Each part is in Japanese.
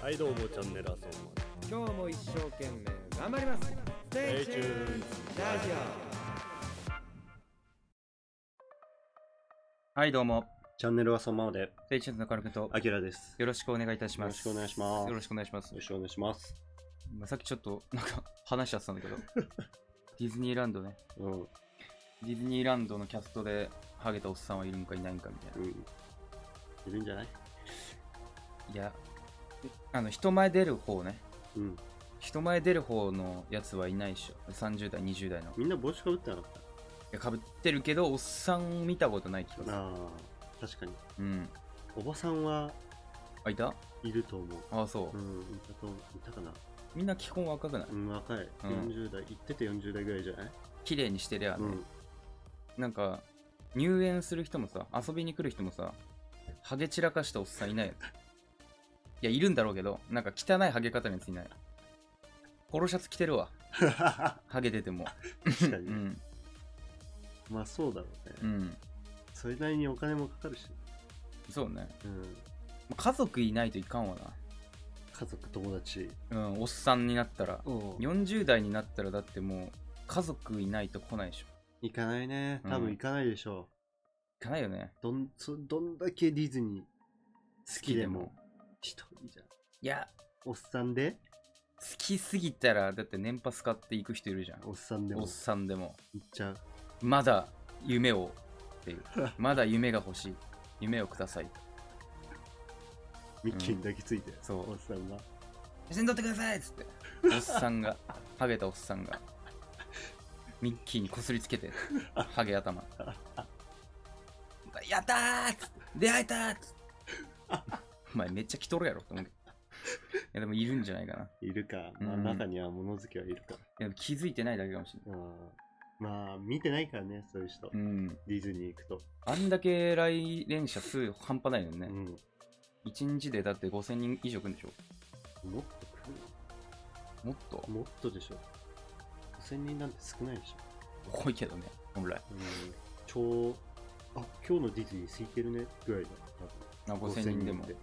はいどうもチャンネルアソン今日も一生懸命頑張ります Stay Stay tuned. tuned ラジオはい、どうも。チャンネルアソンマオでスイチューンズのカル君と、アキラですよろしくお願いいたします。よろしくお願いしますよろしくお願いしますよろ。しくお願いしますまあさっきちょっと、なんか、話しちゃってたんだけど、 ディズニーランドね。うんうんディズニーランドのキャストで、ハゲたおっさんはいるんかいないんかみたいいるんじゃないな。いや、あの、人前出る方ね。うん人前出る方のやつはいないでしょ。30代、20代の。いみんな帽子かぶってなかったや、かぶってるけど、おっさん見たことない気がする。ああ確かにうん。おばさんはあ、いたいると思ああ、そうううんいたと思ういたかなみんな基本若くないうん若いん40代行ってて40代ぐらいじゃない綺麗にしてりゃね、うんなんか入園する人もさ遊びに来る人もさハゲ散らかしたおっさんいないよねいやいるんだろうけどなんか汚いハゲ方のやついないポロシャツ着てるわ確ハゲ出てもかうにんまあそうだろうねうんそれなりにお金もかかるしそうねうんま家族いないといかんわ家族友達なうんおっさんになったらうん40代になったらだってもう家族いないと来ないでしょ行かないねうん多分行かないでしょ行かないよねう、どんそどんだけディズニー好きでも一人じゃんいやおっさんで好きすぎたらだって年パス買って行く人いるじゃんおっさんでもおっさんでも行っちゃうまだ夢をって いう。まだ夢が欲しい。夢をください。ミッキーに抱きついて、そうおっさんが写真撮ってくださいっつって。おっさんが、ハゲたおっさんが、ミッキーにこすりつけて、ハゲ頭。やったーっつって出会えたーっつってお前めっちゃ来とるやろって思うけど。いやでもいるんじゃないかな。いいるか、まあ、うん中には物好きはいるか、やでも気づいてないだけかもしれない。うんまあ見てないからねそういう人、うん。ディズニー行くと、あんだけ来園者数半端ないよねう。ん一1日でだって5000人以上来るんでしょもっと来るもっともっとでしょ5000人なんて少ないでしょ、多いけどね、本来。うん、超あ今日のディズニー空いてるねぐらいだあ多分5000人でも5000。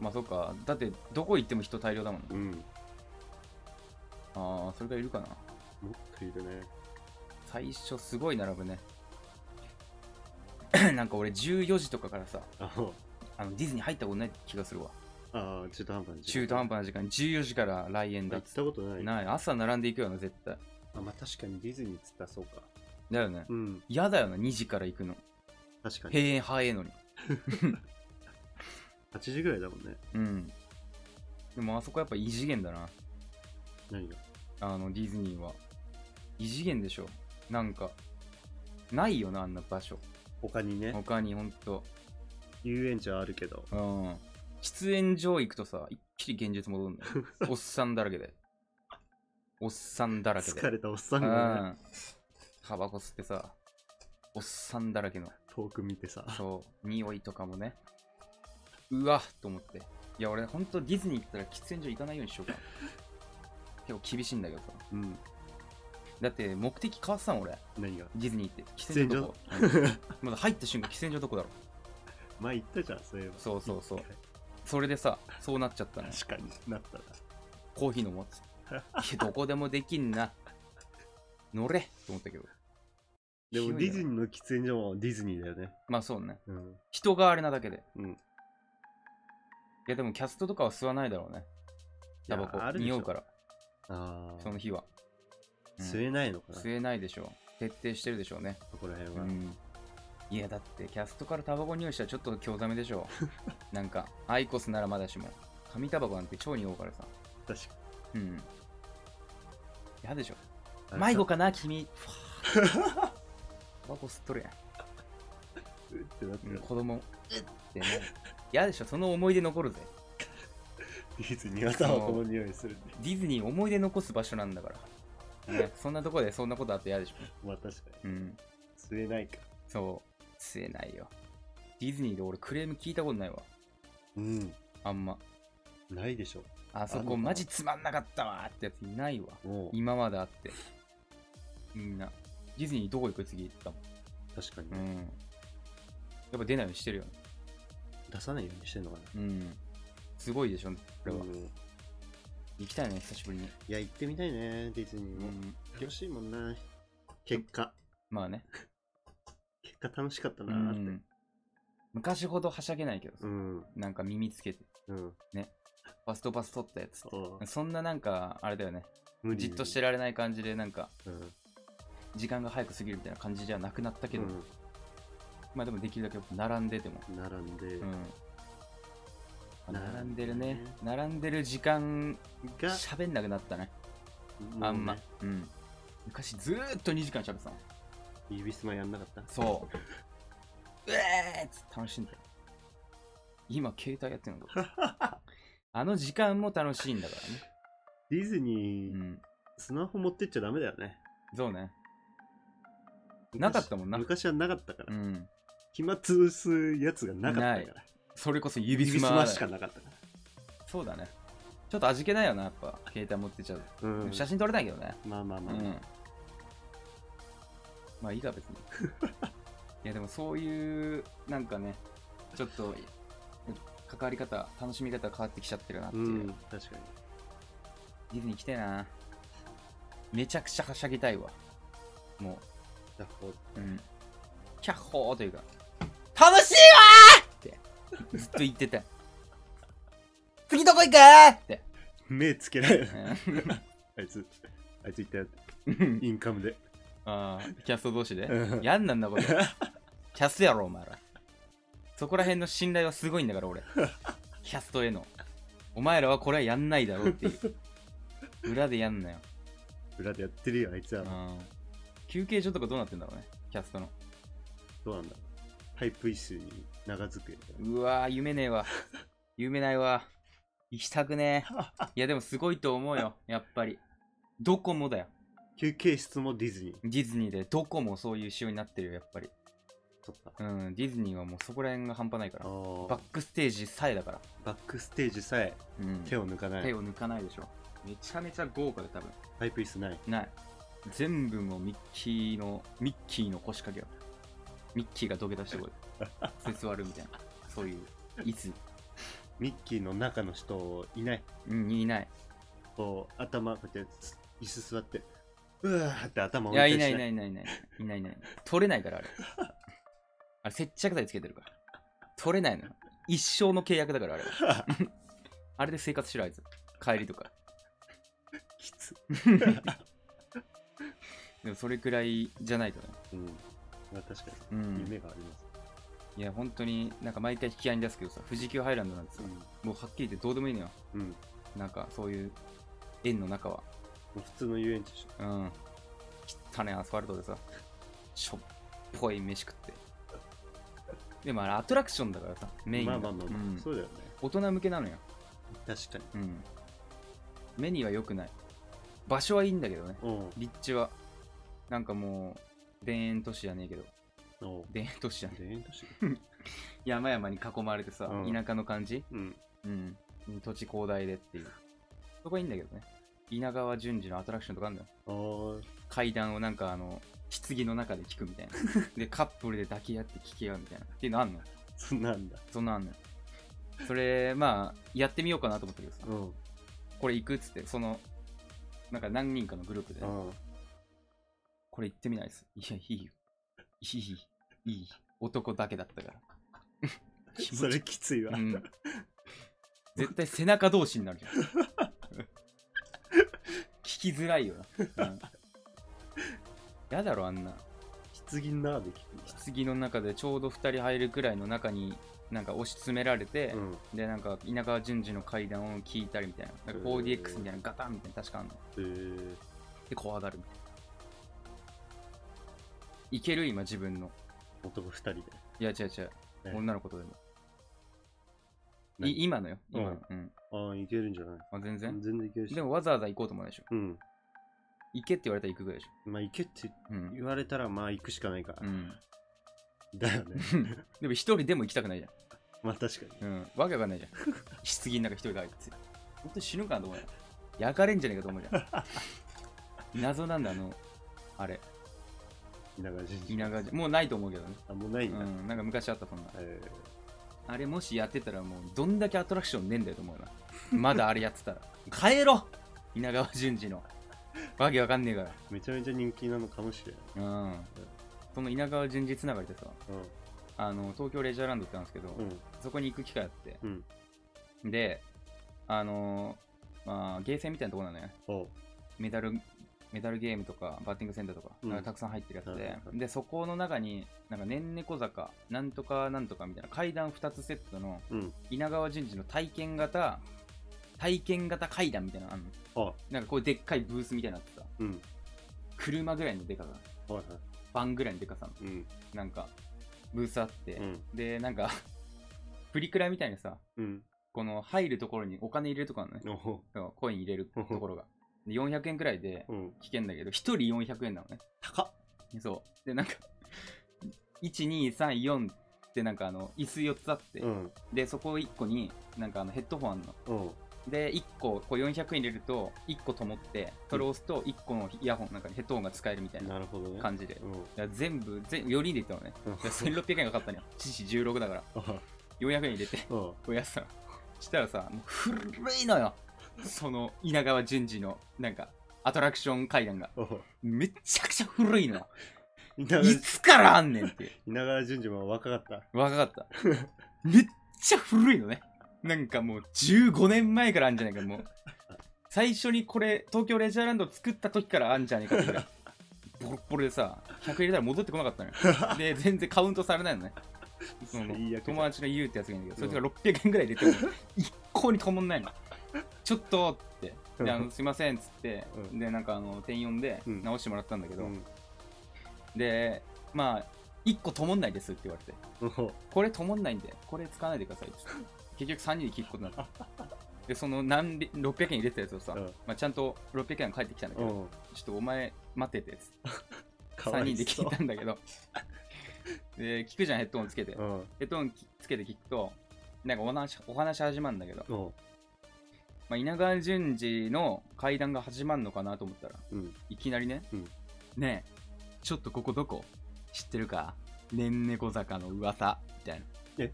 まあそっか。だって、どこ行っても人大量だもんね。てうんああ、それがいるかな。もっといるね最初すごい並ぶね。 なんか俺14時とかからさ、ああのディズニー入ったことない気がするわ。あー中途半端に中途半端な時間に14時から来園行だっっつたことないない。朝並んでいくよな、絶対。あまあ確かにディズニーっつったらそうかだよね。うん嫌だよな、2時から行くの。確かに閉園早えのに。 8時ぐらいだもんねうん。でもあそこやっぱ異次元だな。何があのディズニーは。異次元でしょ。なんか、ないよな、あんな場所。他にね他にほんと。遊園地はあるけどうん。喫煙所行くとさ、一気に現実戻るんだよ。おっさんだらけで。おっさんだらけで。疲れたおっさんうがねん。タバコ吸ってさ、おっさんだらけの、遠く見てさそう、匂いとかもね。うわっと思って。いや、俺、ほんとディズニー行ったら喫煙所行かないようにしようかな。結構厳しいんだけどさ。うんだって、目的変わってたもん、俺。何がディズニーって。喫煙所どこ。うんまだ入った瞬間、喫煙所どこだろ。前言ったじゃんそういえばそうそうそう一回それでさ、そうなっちゃったね。確かになったらコーヒー飲もうっつ っていやどこでもできんな。乗れと思ったけど。でも勢ディいだなズニーの喫煙所もディズニーだよねまあそうね。うん人があれなだけで。うんいやでもキャストとかは吸わないだろうね。タバコいやあ。るでしょ匂うから、ああその日は。うん吸えないのかな吸えないでしょう。徹底してるでしょうね。そこら辺うはん。いやだってキャストからタバコ匂いしたらちょっと興ざめでしょ う。なんか、アイコスならまだしも。紙タバコなんて超匂うからさ。確かうん。嫌でしょ。に迷子かな君。 ふわータバコ吸っとるやん。うってなってうんる子供うってね嫌でしょその思い出残るぜディズニーはタバコの匂いするねディズニー思い出残す場所なんだから、ね、そんなとこでそんなことあって嫌でしょまあ確かにうん吸えないかそう吸えないよディズニーで俺クレーム聞いたことないわうんあんまないでしょあそあのこマジつまんなかったわってやついないわもう今まであってみんなディズニーどこ行く次行ったも確かにんうんやっぱ出ないようにしてるよね出さないようにしてんのかなうんすすごいでしょ、これは。うん行きたいね、久しぶりに。いや、行ってみたいね、ディズニーも。楽しいもんな。結果、まあね。結果楽しかったうなって。ん昔ほどはしゃげないけどさう、ん。なんか耳つけて、うん。ファストパス取ったやつ。そうそんななんか、あれだよね、無じっとしてる。られない感じで、なんか、うん。時間が早く過ぎるみたいな感じじゃなくなったけど、まあでもできるだけ並んでても。うん並んでう、ん並んでるなるねほどね。並んでる時間、が、喋んなくなったね。もうねあんま。うん。昔ずーっと2時間喋ってたの。指すまやんなかった。そう。うえーっつって楽しんでる。今、携帯やってん のかあの時間も楽しいんだからね。ディズうニー、ん。スマホ持ってっちゃダメだよね。そうね。なかったもんな昔はなかったかうら。ん。暇つぶすやつがなかったから。それこそ指指すすまましかなかったかそうだね。ちょっと味気ないよな、やっぱ。携帯持ってちゃう。ら。うでんも。写真撮れないけどね。まあまあうまあ。ん。まあいい か、別に。いや、でもそういう、なんかね、ちょっと、関わり方、楽しみ方変わってきちゃってるなってういう。ん、確かに。ディズニー来てえな。めちゃくちゃはしゃぎたいわ。もだからこうう、うん。キャッホーというか、楽しいわーって、ずっと言ってた。次どこ行くって。目つけられない。うんあいつ、あいつ行ったよ。インカムで。ああ、キャスト同士でうん。やんなんだこと。キャストやろ、お前ら。そこら辺の信頼はすごいんだから、俺。キャストへの。お前らはこれはやんないだろうっていう。裏でやんなよ。裏でやってるよ、あいつは。うん休憩所とかどうなってんだろうね、キャストの。どうなんだろうパイプ椅子に長机みたいなうわー、夢ねえわ。夢ないわ。行きたくねえ。いや、でもすごいと思うよ、やっぱり。どこもだよ。休憩室もディズニー。ディズニーでどこもそういう仕様になってるよ、やっぱり。そっか。うん、ディズニーはもうそこら辺が半端ないから。あバッあ。クステージさえだから。バックステージさえうん、手を抜かない。手を抜かないでしょ。めちゃめちゃ豪華で多分。パイプ椅子ない。ない。全部もうミッキーの、ミッキーの腰掛けよ。ミッキーが土下座して こい。座るみたいな。そういう、いつ、ミッキーの中の人いない。うん、いない。こう、頭、こうやって椅子座って、うわーって頭をいや、いないいないいないいない。いないいない。取れないから、あれ。あれ、接着剤つけてるから。取れないのよ。一生の契約だから、あ れは。あれで生活しろ、あいつ。帰りとか。きつ。でも、それくらいじゃないとね。うん。まあ確かうに、ん。夢があります。いや、本当に、なんか毎回引き合いに出すけどさ、富士急ハイランドなんてさ、もうはっきり言ってどうでもいいのよ。うん。うん。もなんか、そういう、園の中は。う普通の遊園地でしょ。うん。汚ねアスファルトでさ、しょっぽい飯食って。でもあれ、アトラクションだからさ、メインまがあまあまあまあ、うんそうだよね。大人向けなのよ。確かに。うん。目には良くない。場所はいいんだけどね。うん。立地は。なんかもう、田園都市じゃねえけど。おう田園都市じゃねえ。 田園都市山々に囲まれてさ、うん田舎の感じうん。うん。土地広大でっていう。そこはいいんだけどね。稲川淳二のアトラクションとかあるんだよ。あー 階段をなんかあの、棺の中で聞くみたいな。 で、カップルで抱き合って聞き合うみたいな。っていうのあんのそんなんだ。そんなあんのよそれ、まあ、やってみようかなと思ったけどさ、うん。これ行くっつって、その、なんか何人かのグループでね、うん。これ行ってみないです。いや、いいよ。いい、いい。男だけだったから。気持ちそれきついわ。うん。絶対背中同士になるじゃん。聞きづらいよな。うんやだろ、あんな。棺の中で聞くんだ。棺の中でちょうど2人入るくらいの中に、なんか押し詰められて、うん。で、なんか稲川淳二の階段を聞いたりみたいな。なんか 4DX みたいなガタンみたいな、確かあんの。えー、で、怖がるみたいな。いける今、自分の。男二人で。いや違う違う、え女の子とでも何い今のようん今の、うんああ、いけるんじゃないまあ、全然全然いけるし。でもわざわざ行こうと思うでしょうん。行けって言われたら行くぐらいでしょまあ、いけってうん、言われたら、まあ、行くしかないかうら。ん、だよね。 でも一人でも行きたくないじまあ、確かに。ゃん、うん、わけわかんないじゃん棺の中一人が入ってて本当に死ぬかなと思うよ焼かれんじゃねえかと思うじゃ ん謎なんだあのあれ稲川淳二。稲川じゃもうないと思うけどね、あ、もうないんうだ。ん、なんか昔あったそんなえーあれもしやってたらもうどんだけアトラクションねえんだよと思うなまだあれやってたら 帰ろ稲川淳二のわけわかんねえかめちゃめちゃ人気なのかもしれない。らうんその稲川淳二つながりでさあの東京レジャーランド行ったんですけど、うん。うん。そこに行く機会あってうん。であのーまあゲーセンみたいなとこなのよおう。メダルメダルゲームとかバッティングセンターとかうんなんかたくさん入ってるやつで、うんでそこの中になんかねんねこ坂なんとかなんとかみたいな階段2つセットのうん。稲川淳二の体験型体験型階段みたいなのあんのあ、なんかこうでっかいブースみたいになってさうん。車ぐらいのでかさはいはい。バンぐらいのでかさのうん。なんかブースあって、うん。でなんかプリクラみたいにさうん。この入るところにお金入れるとこなのねおう。そうコイン入れるところがで400円くらいでうん。聞けんだけど1人400円なのね高っ。そう。で、なんか、1234ってなんかあの、椅子4つあって、うん。で、そこ1個になんかあのヘッドホンあんの。うん。で、1個、こう400円入れると、1個と思って、それを押すと1個のイヤホン、なんかヘッドホンが使えるみたいななるほどね。感じで。だかうん。ら全部、全4人で行ったのね。うん。だから1600円かかったのよ。 父16だから。400円入れて、うん。こうやってたの。したらさ、もう古いのよ。その、稲川淳二の、なんか、アトラクション階段が。 うん。めっちゃくちゃ古いのよ。 稲川いつからあんねんっていう。稲川淳二も若かった。若か った。めっちゃ古いのね。なんかもう15年前からあんじゃないか、もう。最初にこれ、東京レジャーランド作った時からあんじゃねえかってぐらい。ボロッボロでさ、100入れたら戻ってこなかったのよ。で、全然カウントされないのね。その最悪じゃん友達の言うってやつがいるんだけど、そいつが600円ぐらい入れても、一向に止まんないの。ちょっとって、であのすいませんっつって、うんで、なんかあの店員呼んでうん直してもらったんだけうど、ん。で、まあ、一個止まんないですって言われて。うんこれ止まんないんで、これ使わないでくださいっつって。結局3人で聞くことになった。で、その何で600円入れたやつをさ、うんまあ、ちゃんと600円返ってきたんだけど、ちょうん。っとお前待っててっつって、かわ3い人で聞そういたんだけど、で、聞くじゃん、ヘッドホンつけて。うん。ヘッドホンつけて聞くと、なんかお話お話始まるんだけど、うん。まあ、稲川淳二の会談が始まるのかなと思ったら、うん。いきなりね、うんねえ、ちょっとここどこ知ってるかねんねこ坂の噂みたいな。え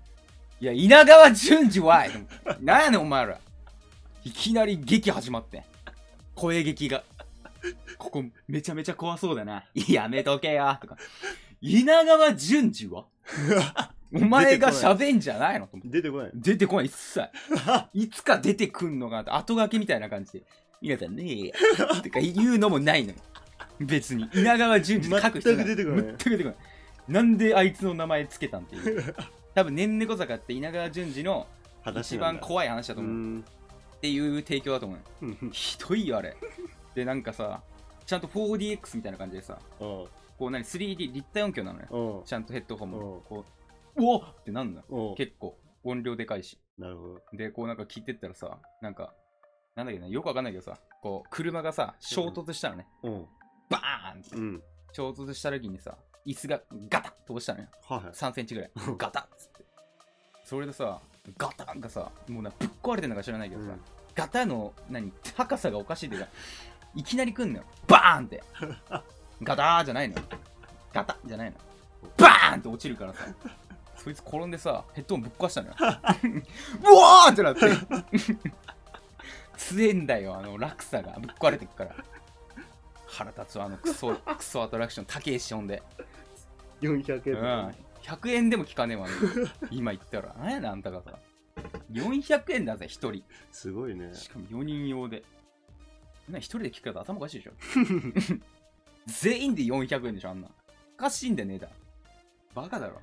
いや、稲川淳二わいと思ってなんやねん、お前ら。いきなり劇始まってん。声劇が。ここめちゃめちゃ怖そうだな。やめとけよ。とか。稲川淳二 はお前が喋んじゃないのと思って出てこない。出てこない、一切。いつか出てくんのかなって後書きみたいな感じで、皆さんねえ、てか言うのもないのよ。別に、稲川淳二って書く必要全く出てこない全く出てこない。なんであいつの名前つけたんっていう。多分、ねんねこ坂って稲川淳二の一番い怖い話だと思う。っていう提供だと思う。ひどいよ、あれ。で、なんかさ、ちゃんと 4DX みたいな感じでさ、うん。こう何、3D 立体音響なのよ。うん。ちゃんとヘッドホンうんも、こう、うおっってなんだよ。うん。結構、音量でかいし。なるほど。で、こうなんか聞いてったらさ、なんか、なんだっけな、よくわかんないけどさ、こう、車がさ、衝突したのね。うん。バーンってうん。衝突した時にさ、椅子がガタッと落ちたのよ。はいはい。 3センチぐらいうん。ガタッつって。それでさ、ガタンがさ、もうな、ぶっ壊れてんのか知らないけどさ、うんガタの、何、高さがおかしいっていうか、いきなり来んのよ。バーンって。ガターじゃないのよ。ガタじゃないの。バーンって落ちるからさ、そいつ転んでさ、ヘッドホンぶっ壊したのよ。うわーってなって。強えんだよ、あの落差が。ぶっ壊れてくから。腹立つわあのクソ、クソアトラクション、高えし、ほんで。 400円。うん、100円でも聞かねえわ、ね、今言ったら。なんやねん、あんたがさ。400円だぜ、1人。すごいね。しかも4人用で。な、1人で聞くから頭おかしいでしょ。 全員で400円でしょ、あんな。おかしいんだよ、値段。バカだろ。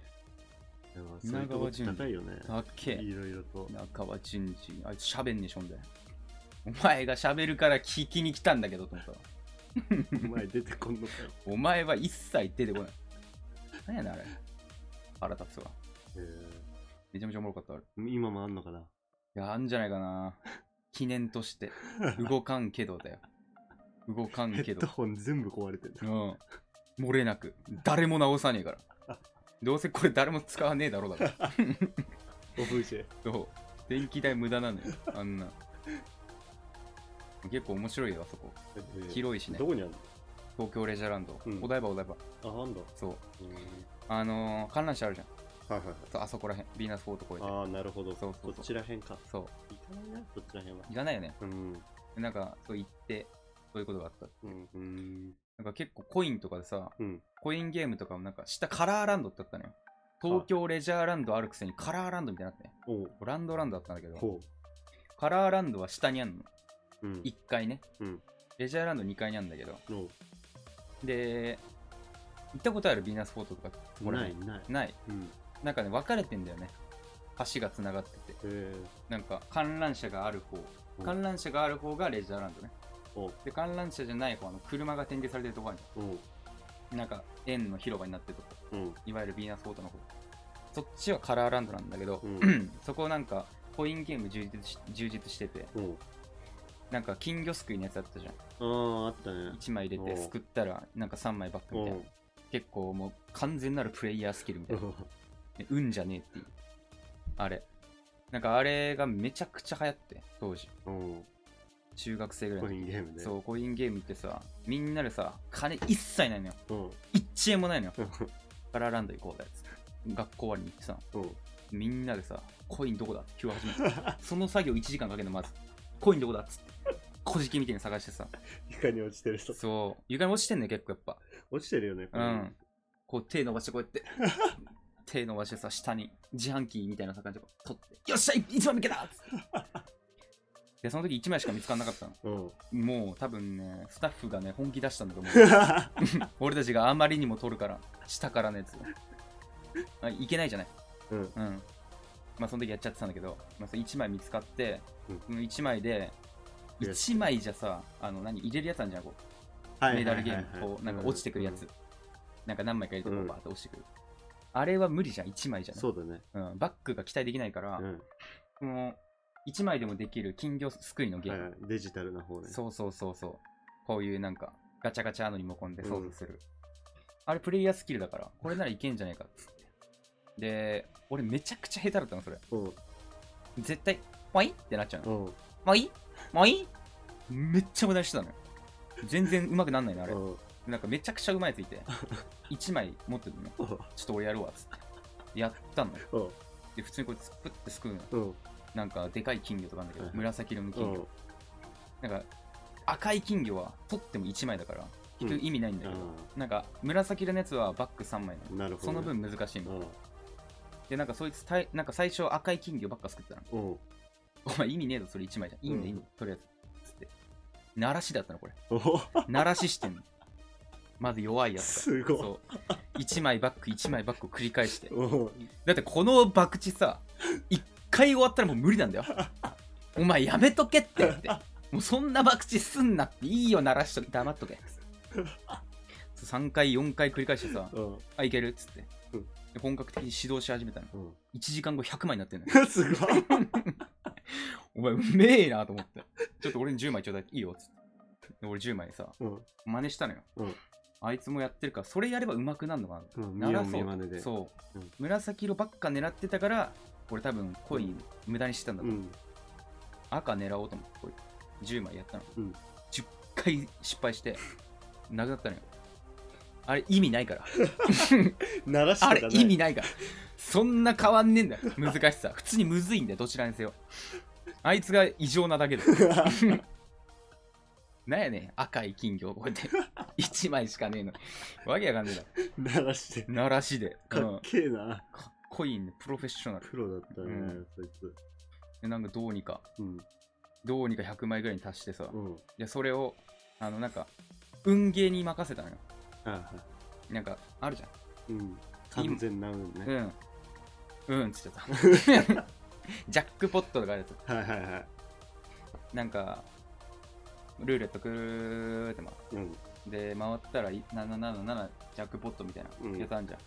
でもそういうとこ高いよね。たっけえ。いろいろと。中はちんちん。あいつ喋んねえしょ、ほんで。お前が喋るから聞きに来たんだけど、と思ったわお前出てこんのかよ。お前は一切出てこない。なんやねん、あれ。腹立つわ。えめちゃめちゃおもろかった、あれ。ー今もあんのかな。いや、あんじゃないかな。記念として。動かんけどだよ。動かんヘけッドど。ホン全部壊れてる。うん。漏れなく。誰も直さねえから。どうせこれ誰も使わねえだろうだから。オブジェ。そう。電気代無駄なのよ。あんな。結構面白いよ、あそこ。えー広いしねど。こにある東京レジャーランド。うんお台場、お台場。のあ、あんだ。そう。うーんあのー観覧車あるじゃん。はいはいはい。そうあそこら辺、ヴィーナスフォート越えて。ああ、なるほど。そうそうそうどちらへんか。そう。行かないな、どちらへんは。行かないよね。うん。なんか、そう行って、そういうことがあった。うん。うん。なんか結構コインとかでさ、うん。コインゲームとかもなんか、下カラーランドってあったのよ。東京レジャーランドあるくせにカラーランドみたいになってね。おう。ランドランドだったんだけど、ほカラーランドは下にあんの。う。うん。 1階ね。うんレジャーランド2階にあんだけど。おうで、行ったことあるヴィーナスフォートとかこれないない。ない。うん。へなんかね、分かれてんだよね。橋が繋がってて。え。なんか観覧車があるう方ん観覧車がある方がレジャーランドねおう。で観覧車じゃない方あの車が展示されてるとこあるじおう。ゃんなんか円の広場になってるとこうん。いわゆるヴィーナスフォートの方そっちはカラーランドなんだけど、うんそこなんかコインゲーム充実し充実してておう。なんか金魚すくいのやつあったじゃんああ、あったね。 1枚入れおてうすくったらなんか3枚バックみおたいなう。結構もう完全なるプレイヤースキルみたいな、ね運じゃねえっていうあれなんかあれがめちゃくちゃ流行って当時おう。中学生ぐらいのコイ時ンゲームね。そう、コインゲームってさ、みんなでさ、金一切ないのよ。うん。 1円もないのよ。うん。パラランド行こうだやつ。学校終わりに行ってさ、うん。みみんなでさ、コインどこだって今日始 めた。その作業1時間かけてまず、コインどこだっつって。小じきみたいに探してさ、床に落ちてる人。そう、床に落ちてんね結構やっぱ。落ちてるよね。これうん。こう手伸ばしてこうやって。 手伸ばしてさ、下に自販機みたいな感じで取って、よっしゃ、1枚抜けたっつって。で、その時1枚しか見つからなかったの。 うん。もう多分ね、スタッフがね、本気出したんだと 思う。う俺たちがあまりにも取るから、下からのやつ。あいけないじゃない。ん。うん。まあ、その時やっちゃってたんだけど、まあ、そ1枚見つかってうん、その1枚で、よし1枚じゃさ、あの、何、入れるやつあるじゃん、こはう、いメダルはいゲはーいはいム、こう、なんか落ちてくるやうつん。なんか何枚か入れて、こうう、んバーって落ちてくる。あれは無理じゃん、1枚じゃない。そうだね。うん、バックが期待できないから、うん。その、1枚でもできる金魚すくいのゲーはい。ムはいデジタルな方ね。そうそうそうそう。こういうなんか、ガチャガチャのリモコンで操作する。あれ、プレイヤースキルだから、これならいけんじゃないかっつって。で、俺めちゃくちゃ下手だったの、それ。うん。うん。絶対、もういいってなっちゃうの。うん。もういいもういいめっちゃ無駄にしてたのよ。全然うまくなんないの、あれ。なんかめちゃくちゃうまいやついて、1枚持ってるのね。うんちょっと俺やるわ、っつって。やったのよ。うん。で、普通にこれ、つっぷってすくうのよ。うん。なんか、でかい金魚とかあるんだけど、紫色のう金魚ん。。なんか、赤い金魚は取っても1枚だから、結局意味ないんだけど、うなんか紫色のやつはバック3枚なのんなるほど。その。分難しいの、でなんかそいつたいなんか最初赤い金魚ばっか作ってたのうん。うん。お前意味ねえぞそれ1枚じゃんいいんだうんいいんだとりあえずつって鳴らしだったのこれおお。鳴らししてんのまず弱い やつすかごらい。そう1枚バック1枚バックを繰り返して うんだってこの博打さ1回終わったらもう無理 なんだよお前やめとけってってもうそんな博打すんなっていいよ鳴らしとけ黙っとけ3回4回繰り返してさうんあ、いけるっつってうん。で本格的に指導し始めたの。うん1時間後100枚になってんの よ。すごい。お前、うめえなと思って。ちょっと俺に10枚ちょうだい。いいよっつって。で俺10枚さ、うん。真似したのよ。うんあいつもやってるから、それやればうまくなるのかうん。な。見よらうそ見うまねで。う。そう、ん紫色ばっか狙ってたから、俺多分コイン無駄にしてたんだとう思う、ん。赤狙おうと思って、これ10枚やったの。うん10回失敗して、なくなったのよ。あれ、意味な いから。鳴らしあれてたね意味ないから。そんな変わんねえんだよ。難しさ。普通にむずいんだよ、どちらにせよ。あいつが異常なだ けで。なんやねん、赤い金魚、こうやって。1枚しかねえの。わけわかんねえだ鳴らして。ろ。ならしで。うん、かかっけえな。っこいいね、プロフェッショナル。プロだったうねん、そいつ。でなんかどうにか、うん。どうにか100枚ぐらいに達してさ。うん。で、それを、あの、なんか、運ゲーに任せたのよ。はいはなんか、あるじゃん。い。うん。完全な運ね。うん。うん、つっち ゃった。ジャックポットとかあるやつ。はいはいはい。なんか、ルーレットくるーって回うん。で、回ったらい777ジャックポットみたいうんなやつあんじゃ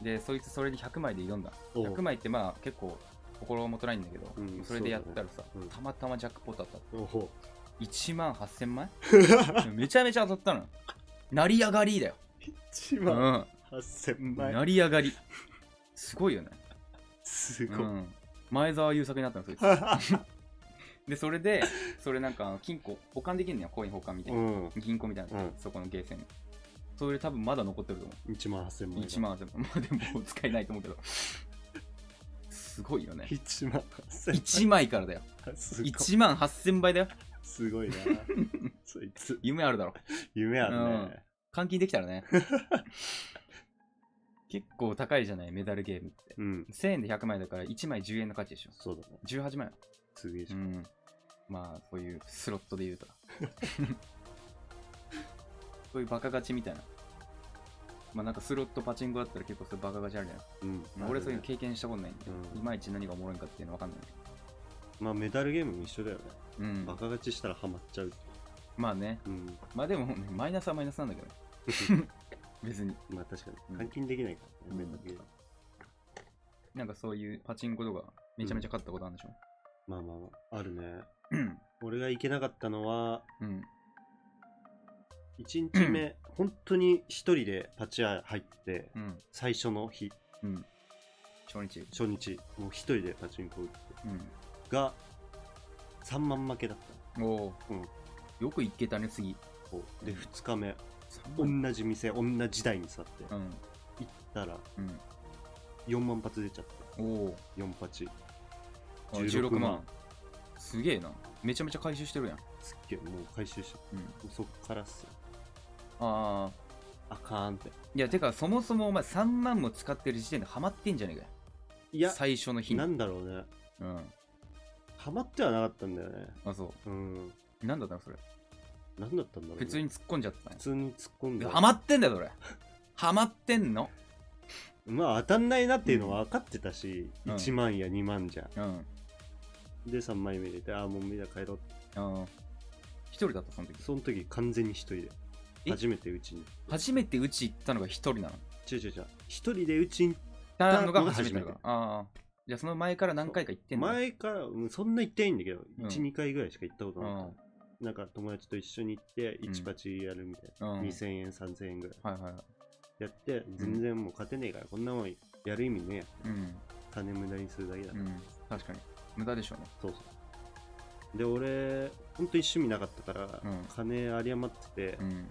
ん。で、そいつそれに100枚で挑んだ。おう100枚ってまあ結構心もとないんだけど、うんそれでやったらさ、そうだねうんたまたまジャックポット当たっおほ。た。1万8000枚 めちゃめちゃ当たったのよ。成り上がりだよ。 1う万ん。 8000枚。成り上がり。すごいよね。すうごい。ん。前澤友作になったの、そいつ。で、それで、それなんか金庫、保管できるのよ、コイン保管みたいうな。ん。銀行みたいな、うんそこのゲーセンそれ多分まだ残ってると思1万8000う。枚。 1。万8000万。まあ でももう使えないと思うけど。すごいよね。 1万8000 1枚からだよ。枚。すごい。 1万8000倍だよ。すごい な。そいつ、夢あるだろ。夢あるね。換金できた らね。結構高いじゃない、メダルゲームって。うん。 1000円で100枚だから1枚10円の価値でしょ。そうだね。 18万よ。すげえじうゃん。ん。まあ、そういうスロットで言うと。 そういうバカ勝ちみたいな。まあなんかスロットパチンコだったら結構そういうバカ勝ちあるじゃない。うん。まあ、俺そういうの経験したことないんで、うんいまいち何がおもろいんかっていうのわかんない。まあメダルゲームも一緒だよね。うんバ。カ勝ちしたらハマっちゃう。まあね。 うん。まあでも、ね、マイナスはマイナスなんだけど、ね。別に。まあ確かうに。ん換金できないからね、うんメダルゲーム。なんかそういうパチンコとかめちゃめちゃ勝ったことあるんでしょ。まあまあまあ、あるね。うん。俺が行けなかったのは、うん。 1日目、本当に一人でパチ屋入って、うん。最初の日、うん。初日。初日、もう一人でパチンコ打って、が、3万負けだっうん。おお、うんよく行けたね、次。た。こうで、うん2日目、う同ん。じ店、同じ台に座って、行うん。ったら、うん。 4万発出ちゃっおお。た。4パチ。あ16 16万。すげえな。めちゃめちゃ回収してるやん。すっげえ、もう回収した。うん。もうそっからっすよ。ああ。あかーんって。いや、てか、そもそもお前3万も使ってる時点でハマってんじゃねえかよ。いや、最初の日に。なんだろうね。うん。ハマってはなかったんだよね。あ、そうん。う。なんだったのそれ。なんだったんだろう、ね。普通に突っ込んじゃった普通に突っ込んでの。ハマってんだよ、それ。ハマってんの。まあ当たんないなっていうのは分かってたし、うん1万や2万じゃうん。んで3枚目入れてああもうみんな帰ろうってうん。一人だった、その時。その時完全に一人でえ初めてうちに初めてうち行ったのが一人なの。違う違う違う一人でうちにたのが初めてだのが初めてから。ああ。じゃあその前から何回か行ってんの前からうんそんな行ってないんだけど、うん12回ぐらいしか行ったことうなかん。った、なんか友達と一緒に行ってうん1パチやるみたいうん。な、はい2000円3000円ぐらいはいはい。やって全然もう勝てねえからこんなもんやる意味ねえやうん。金無駄にするだけだ、うん。確かに。無駄でしょうね。そうそうで俺ほんと一趣味なかったから、うん金有り余ってて、うん。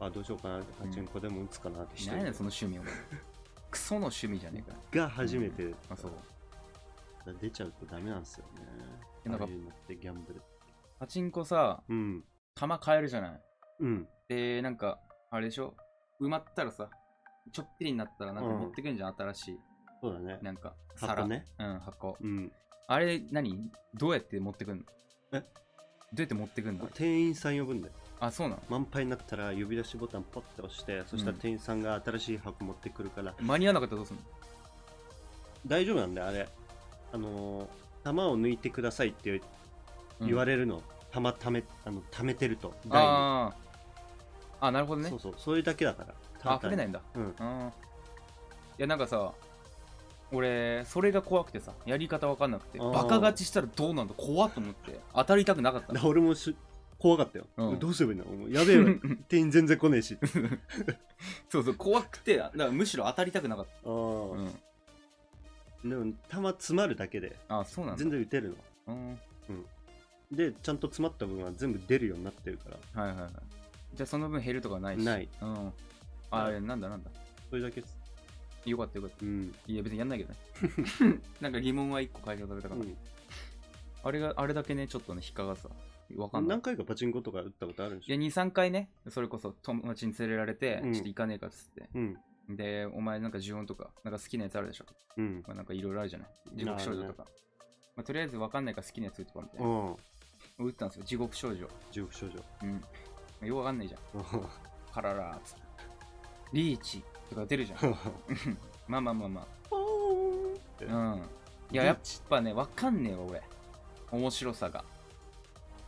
あどうしようかなってパチンコでも打つかなってして何やねん、その趣味 を。クソの趣味じゃねえかよ。が初めて、あ、そう。出ちゃうとダメなんですよねえなんかああいうのってギャンブルパチンコさ、うん玉変えるじゃない。うんで、なんか、あれでしょ埋まったらさ、ちょっぴりになったらなんか持ってくんじゃん、新しそうだねい。なんか、箱ね皿。うん、箱。うんあれ、何どうやって持ってくんのえどうやって持ってくんだ店員さん呼ぶんだよあ、そうなの満杯になったら呼び出しボタンポッて押してそしたら店員さんが新しい箱持ってくるから、間に合わなかったらどうすんの大丈夫なんだよあれあのー玉を抜いてくださいってうん言われるの、玉ためあの溜めてると台にああ。あ、なるほどねそう。そうそれだけだからあ、溢れないいんだ。うんうん。いや、なんかさ、俺、それが怖くてさ、やり方わかんなくて、あーバカ勝ちしたらどうなんだ怖っと思って、当たりたくなかったの。俺もし怖かったよ、うんどうすればいいのもうやべえ わ店員全然来ねえしそうそう、怖くて、だからむしろ当たりたくなかっあた。ーうん。でも弾詰まるだけであ、そうなんだ。全然打てるのうん。でちゃんと詰まった部分は全部出るようになってるからはいはいはい。じゃあ、その分減るとかはないし。ない。うん。あ、なんだなんだ。それだけですよかったよかっうん、た。いや、別にやんないけど ね。なんか疑問は一個解消されたから。あれが、あれだけね、ちょっとね、引っかかってさ、わかうんん、ない何。回かパチンコとか打ったことあるんでいしや、ょ2、3回ね、それこそ友達に連れられて、うんちょっと行かねえかっつって。うんで、お前なんか呪音とか、なんか好きなやつあるでしょとうんか、なんかいろいろあるじゃない地獄少女とか。まあ、とりあえずわかんないから好きなやつ打ってこいみたいな。うん打ったんですよ、地獄少女。地獄少 女うん。まあようわかんないじゃん。カララーっつって。リーチとか出るじゃ ん。まあまあまあまえあ。うん。いや、リやーっチぱね、わかんねえわ、俺。面白さが。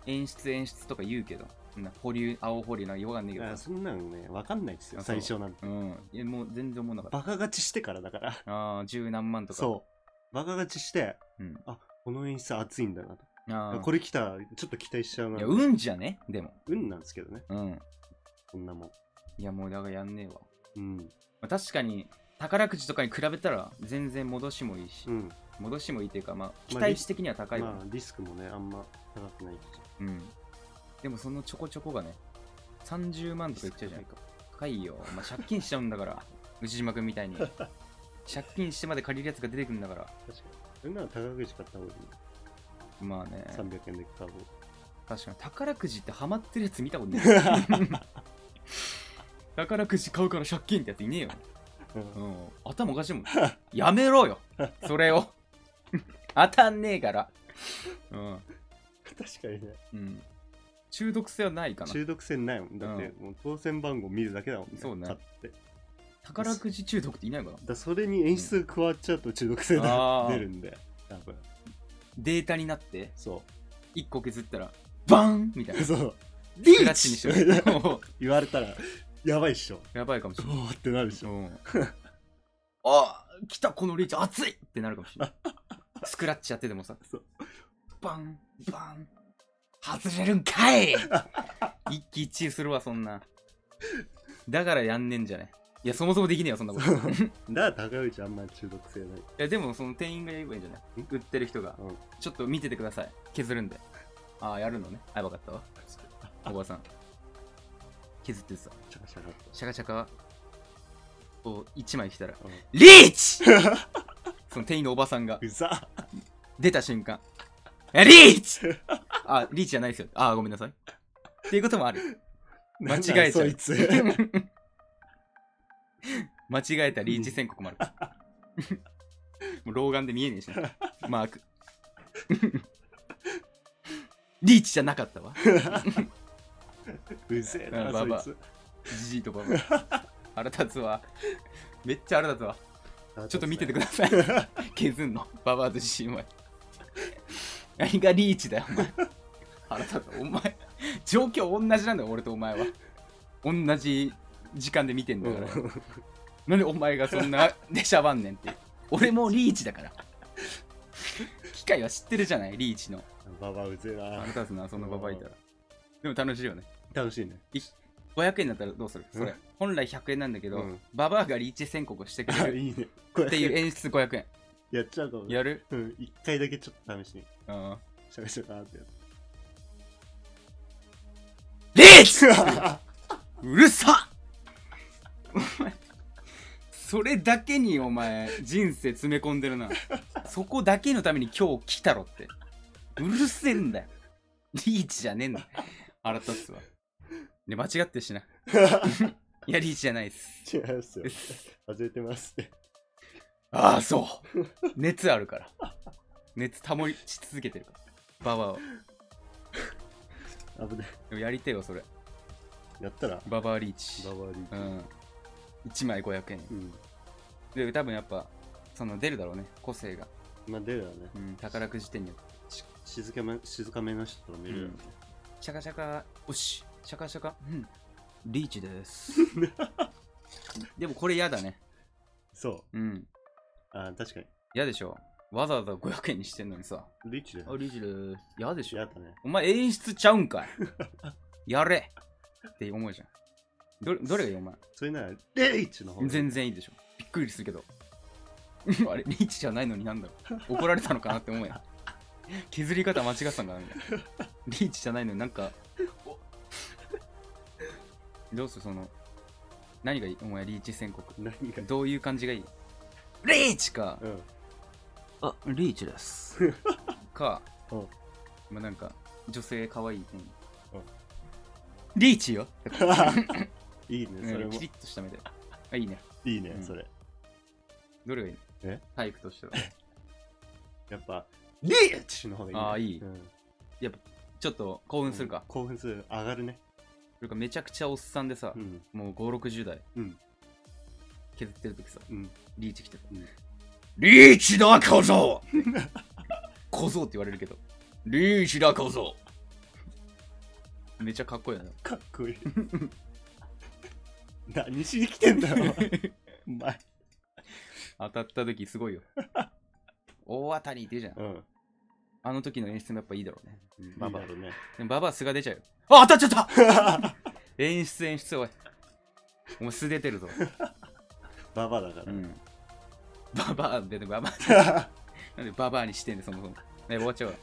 演出演出とか言うけど、そんな保留、青保留なんかよくわかんねえいけどや。そんなのね分かんないですよあそ最う初なんてうん。いや、もう全然思わなかった。バカ勝ちしてからだからああ、十何万とか。そうバカ勝ちしてう。うん。あこの演出熱いんだなとああ。これ来たらちょっと期待しちゃうないや、運じゃねでも。運なんですけどねうん。こんなもんいや、もうだからやんねえわ。うんまあ、確かに、宝くじとかに比べたら、全然戻しもいいし、うん戻しもいいというか、まあ、期まあ待値的には高いわ、ねまあリスクもねあんま高くないしうん。でも、そのちょこちょこがね、30万とかいっちゃうじゃなリいスクか。高高いよ。まあ、借金しちゃうんだから。牛島君みたいに。借金してまで借りるやつが出てくるんだから。確かに。それなら宝くじ買った方がいいね。まあね。 300円で買う方確かに。宝くじってハマってるやつ見たことない。宝くじ買うから借金ってやついねえよ。うんうん。頭おかしいもん。 やめろよ。それを。 当たんねえから。うん。確かにね。うん。中毒性はないかな。中毒性ないもん。だって、もう当選番号見るだけだもんね。そうね買って。だか宝くじ中毒っていないのかな。らそれに演出が加わっちゃうと中毒性うんあがー出るんで、多分。データになって、そ。1個削ったら、バーンみたい うな。そう。リーチにして るも言われたら、やばいっしょ。うやばいかもしれおない。ーってなるでしうょ。ん、 あ来たこのリーチ熱いってなるかもしれない。スクラッチやっててもさそう、バンバン外れるん かい一喜一憂するわ、そんな。だからやんねんじゃねいや、そもそもできねえよ、そんなこと。そういだから高内あんまり中毒性ない。や、でもその店員が言えばいいんじゃない売ってる人が、うんちょっと見ててください。削るんで。ああ、やるのね。あ、わかったわ。おばさん。削ってさ。シャカシャカっと。シャカシャカを1枚来たら、うんリ ーチその店員のおばさんがうざ出た瞬間、えリーチあ、リーチじゃないですよ。あ、ごめんなさい。っていうこともある。間違えちゃうなんだそい つ。間違えたリーチ宣告もある。もう老眼で見えねえしな。マーク。リーチじゃなかったわ。うぜえな、まあそまいあつ。じじいとばば。腹立つわ。めっちゃ腹立つわ。ちょっと見ててく ださい。削んの。ババアと自身は。何がリーチだよ、お前。腹立つ。お前、状況同じなんだよ、俺とお前は。同じ時間で見てんだから。うんなんでお前がそんなでしゃばんねんって。俺もリーチだから。機械は知ってるじゃない、リーチの。ババアうぜえな腹。立つな、そんなババアいたら。でも楽しいよね。楽しいね。 500円だったらどうするそれうん。本来100円なんだけど、うんババアがリーチ宣告をしてく あれるいい ね。こっていう演出500円。やっちゃうかもね。やるうん、一回だけちょっと試しに。うん。シャカシャカってやリーチつ。うるさお前それだけにお前人生詰め込んでるなそこだけのために今日来たろってうるせえんだよリーチじゃねえんだよ腹立つわね間違ってるしないやリーチじゃないです違いますよ。外れてますって。ああそう熱あるから熱保ち続けてるからババアを危ない。でもやりてえわそれやったら、ババアリーチババアリうーん1枚500円チ。うん。で多分やっぱその出るだろうね個性がまあ、出るわね。うん、宝くじ店によし静かめ、静かめの人と見るよね。シャカシャカ、おし、シャカシャカ、うん、リーチ です。でもこれ嫌だね。そう。うん、あ、確かに。嫌でしょ。わざわざ500円にしてんのにさ、リッチだあ、よ。リーチです。嫌でしやょっ。たね。お前演出ちゃうんかい。やれって思うじゃん。どれどれがいいお前それなら、リッチの方が全然いいでしょ。びっくりするけど。あれ、リーチじゃないのになんだろう。怒られたのかなって思うやん。削り方間違ってたんかなみたいな。リーチじゃないのになんか。おどうするその、何がいいお前、リーチ宣告。何が。どういう感じがいいリーチか。うん。あ、リーチです。か、うんまあなんか、女性可愛い、うんうんリーチよ。いいね、それうもんキ。リッとした目で。あ、いいね。いいうね、んそれ。どれがいいのえタイプとしては。やっぱ、リッチの方がいいね。あーいいうんちょっと興奮するか。興奮する。上がるね。それかめちゃくちゃおっさんでさ、うん。もう5、60代、うん削ってる時さ、うん。リーチ来てる。うんリーチだ、小僧小僧って言われるけど、リーチだ、小僧めちゃかっこいいよね。かっこ いい。何しに来てんだよ、 お前。当たった時すご いよ。大当たりって言うじゃん。うん。あの時の演出もやっぱいいだろうね。ババアだね。でもババア素が出ちゃうよ。 あ、当たっちゃった 演出演出、おい。お前素出てるぞ。ババアだかうん。ババア出て、ババアら。なんでババアにしてんねんそもそも。ね、終わっちゃうわ。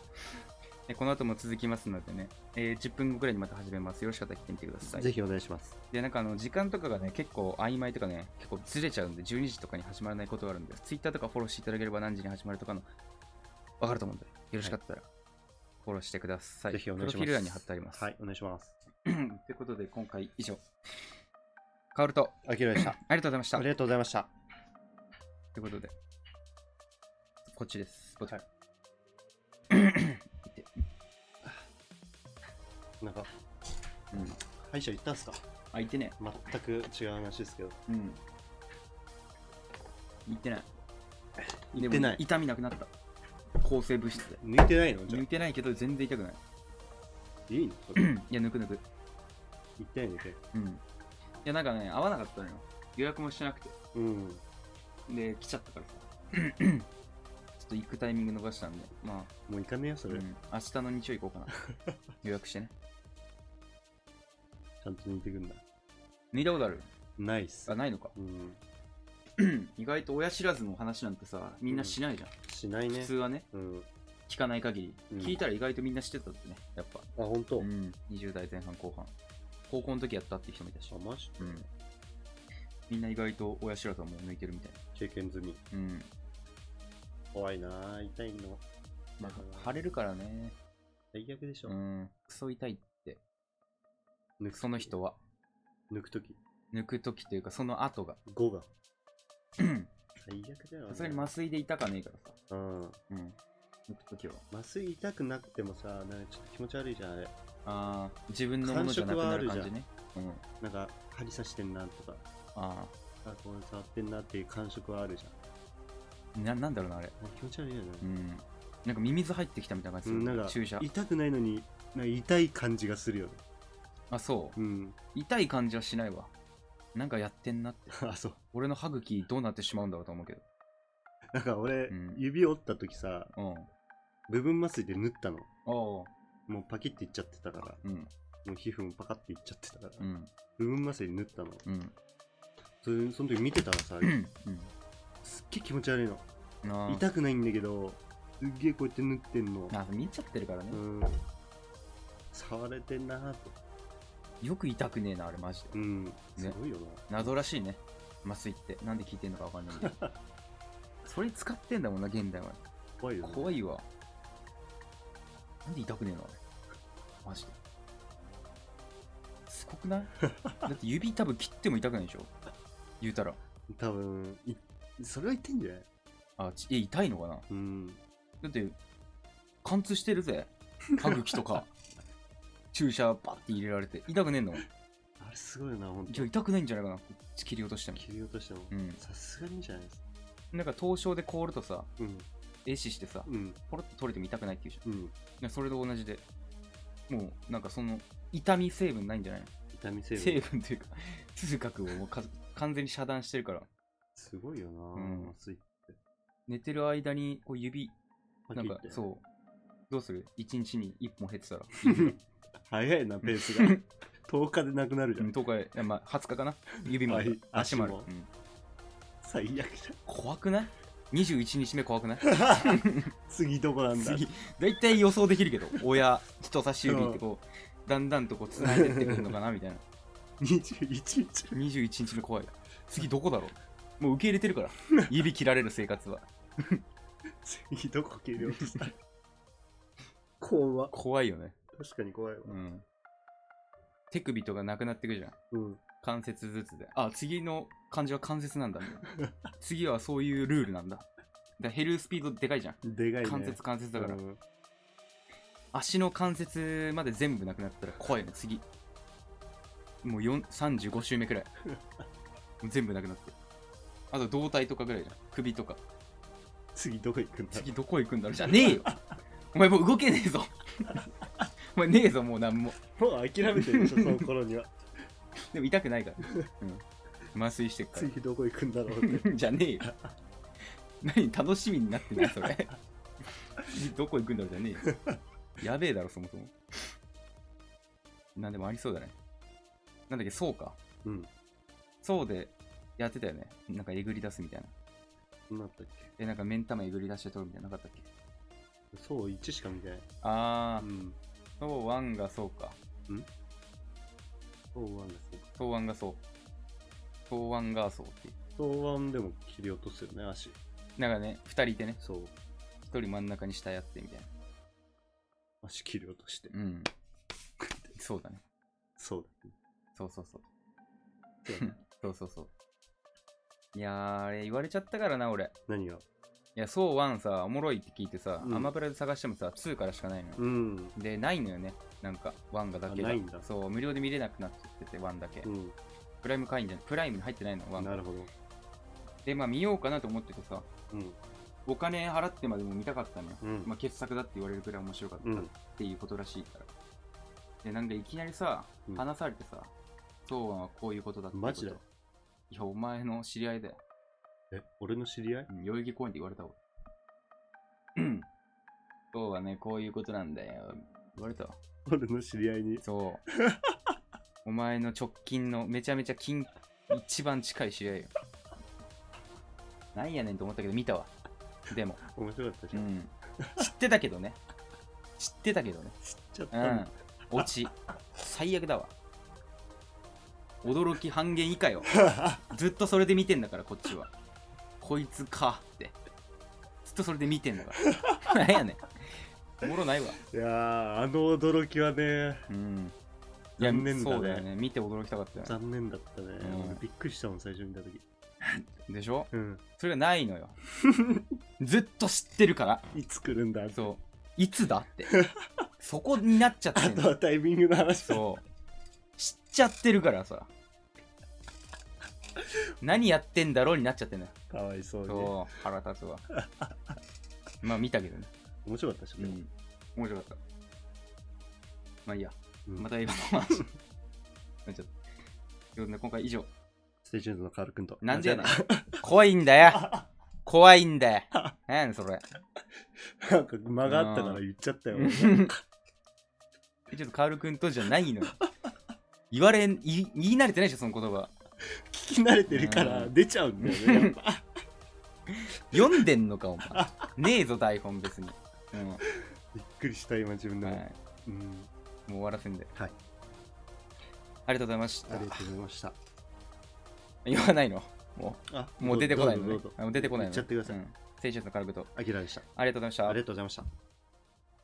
えこの後も続きますのでね、えー10分後くらいにまた始めます。よろしかったら来てみてください。ぜひお願いします。で、なんかあの、時間とかがね、結構曖昧とかね、結構ずれちゃうんで、12時とかに始まらないことがあるんで、Twitter とかフォローしていただければ何時に始まるとかの、わかると思うんで、よろしかったら、フォローしてください。ぜひお願いします。プロフィール欄に貼ってあります。はい、お願いします。ということで、今回以上。カオルと、あきらで した。ありがとうございました。あとりいがとうございました。うことで、こっちです。こっち。はいなんか、うん。歯医者行ったんすかあ、行ってね。全く違う話ですけど。うん。行ってない。行ってないでも痛みなくなった。抗生物質で。抜いてないのじゃ抜いてないけど、全然痛くない。あ。 いいのそれ。いや、抜く抜く。行ってないんだけど。うん。いや、なんかね、合わなかったのよ。予約もしてなくて。うん。で、来ちゃったからさ。 ちょっと行くタイミング逃したんで、まあ、もう行かねえよ、それ。うちん、明日の日曜行こうかな。 予約してね。ゃんと抜いてくんだ。抜いたことあるナイスあ、。ないのか。うん。意外と親知らずの話なんてさ、みんなしないじゃん。しないね普通。はね、うん。聞かない限り、うん聞いたら意外とみんなしてたってね、やっぱ。あ、ほんと。うん、20代前半後半。高校の時やったって人もいたしあ、。マジうん。みんな意外と親知らずはもう抜いてるみたいな。経験済み。うん。怖いなぁ。痛いの。まあ、腫れるからね。最悪でしょう。ん。クソ痛いって。抜くその人は。抜くとき。抜く時というか、その後が。 5が。うん最悪だよ。さすがに麻酔で痛かねえからさ。うん。うん。抜く時は。麻酔痛くなくてもさ、なんかちょっと気持ち悪いじゃん、あれ。ああ、自分のものじゃなくなる感じね。うん。なんか、針刺してんなとか、ああ、これ触ってんなっていう感触はあるじゃん。あ、な、なんだろうな、あれ。なんか気持ち悪いよね。うん。なんかミミズ入ってきたみたいな感じうするん、なんか注射。痛くないのになんか痛い感じがするよね。あ、そうう。ん。 痛い感じはしないわ。なんかやってんなって。あ、そう。俺の歯茎どうなってしまうんだろうと思うけど。なんか俺、うん指折った時さ、うん。部分麻酔で縫ったの。おう。もうパキっていっちゃってたから、うん。もう皮膚もパカっていっちゃってたから、うん。部分麻酔で縫ったの。うん。それその時見てたらさう、ん。うんすっげえ気持ち悪いの。なあ。痛くないんだけど、すっげえこうやって縫ってんの。あ、見ちゃってるからねう。ん。触れてんなーって。よく痛くねえな、あれマジでう。ん。すねごいよな。謎らしいね。麻酔って。なんで聞いてんのかわかんない けど。それ使ってんだもんな、現代は。怖いよね。怖いわ。なんで痛くねえのあれ。マジで。すごくない だって指多分切っても痛くないでしょ言うたら。多分いそれは言ってんじゃないあ、ちえ、痛いのかなうんだって貫通して るぜ歯茎とか注射バッて入れられて痛くねえのあれすごいよな本じ当ゃ痛くないんじゃないかな切り落としても切り落としてもうんさすがにじゃないですかなんか凍傷で凍るとさうん壊死してさうんポロッと取れても痛くないっていうじゃんうんなんかそれと同じでもうなんかその痛み成分ないんじゃないの痛み成分成分というか痛覚をもうか完全に遮断してるからすごいよな、ん麻酔寝てる間にこう指パキなっんてかそうどうする一日に一本減ってたら 早いなペース が10日でなくなるじゃん10日いやまあ20日かな指もあるあ足もある足もうん最悪怖くない ?21 日目怖くないじゃん 次どこなんだ次大体予想できるけど親人差し指ってこうだんだんとこうつないでってくるのかなみたいな21日21日目怖い次どこだろうもう受け入れて るから指切られる生活は次どこ切り落とした怖怖いよね、確かに怖いわうん、手首とかなくなってくじゃんうん関節ずつであ次の漢字は関 節なんだ、ね、次はそういうルールなんだだから減るスピードでかいじゃんでかいね関節関節だから、うん足の関節まで全部なくなったら怖いよね次もう4 35周目くらいもう全部なくなってるあと胴体とかぐらいじゃん首とか次どこ行くんだ次どこ行くんだろうじゃねえよお前もう動けねえぞお前ねえぞもうなんももう諦めてるでしょその頃にはでも痛くないから、うん、麻酔してっか次どこ行くんだろうってら じゃねえよ何楽しみになってないそれ 次どこ行くんだろうじゃねえよやべえだろそもそもなんでもありそうだねなんだっけそうかうんそうでやってたよね。なんかえぐり出すみたいな。なんだったっけで、なんか目ん玉えぐり出して取るみたいなのなかったっけそう、1しか見てない。あうー、ん。そう、ワンがそうか。そう、ワンがそうか。そう、ワンがそう。そう、ワンがそうっていう。そう、ワンでも切り落とすよね、足。なんかね、二人いてね、そう。一人真ん中に下やってみたいな。足切り落として。うん。 そうだね。そうだね。そうそうそう。そうだねそうそうそう。いやー、あれ言われちゃったからな、俺。何がいや、そう、ワンさ、おもろいって聞いてさ、うんアマプラで探してもさ、2からしかないのよ。うん。で、ないのよね。なんか、ワンがだけがあないんだそう、無料で見れなくなっちゃってて、ワンだけ。うん。プライム会員じゃない、プライムに入ってないの、ワンなが。るほど。で、まあ見ようかなと思っててさ、うん。お金払ってまでも見たかったのよ。うん。まあ傑作だって言われるくらい面白かったうっん。ていうことらしいから。で、なんかいきなりさう、ん話されてさ、そうワンはこういうことだってこと。マジだよいや、お前の知り合いだよ。え、俺の知り合いうん代々木公園で言われ たわ。うんそうはね、こういうことなんだよ。言われたわ。俺の知り合いに。 そう。お前の直近のめちゃめちゃ近、一番近い知り合いよ。なんやねんと思ったけど見たわ。でも、面白かったじうゃん。ん。知ってたけどね。知ってたけどね。知っちゃっうたんんだ。。落ち。最悪だわ。驚き半減以下よ。ずっとそれで見てんだから、こっちは。こいつかって。ずっとそれで見てんだから。なんやねん。おもろないわ。いやー、あの驚きはね、うん。いや残念だねそうだよね。見て驚きたかったよね。残念だったね。うん俺びっくりしたもん、最初見たとき。でしょうん。それがない のよ。ずっと知ってるから。いつ来るんだってそう。いつだって。そこになっちゃってあんのとはタイミングの話だ。そう。知っちゃってるからさ。何やってんだろうになっちゃってんのよ。かわいそうに。そう、腹立つわ。まあ見たけどね。面白かったし、うねん。面白かった。まあいいや。うんまた映画の 話。なっちゃった。ということで今回以上。ステージューンズのカール君と。なんでやねんあ。怖いんだよ。 怖いんだよ。何やねんそれ。じゃあなんか間があったから言っちゃったよ。ちょっとカール君とじゃないのよ。言われん、言い言い慣れてないでしょ、その言葉。聞き慣れてるからうん出ちゃうんだよね。やっぱ読んでんのか、お前。ねえぞ、台本別に。うん。びっくりした今自分ではも、い、うん。もう終わらせんで。はい。ありがとうございましあたり。がとうございました。言わないのもあう、もう出てこないのどねうぞどうぞ。あもう出てこないの、ね。言っちゃってくださいうん。青春のカルグと。あきらでした。ありがとうございましたあり。がとうございました。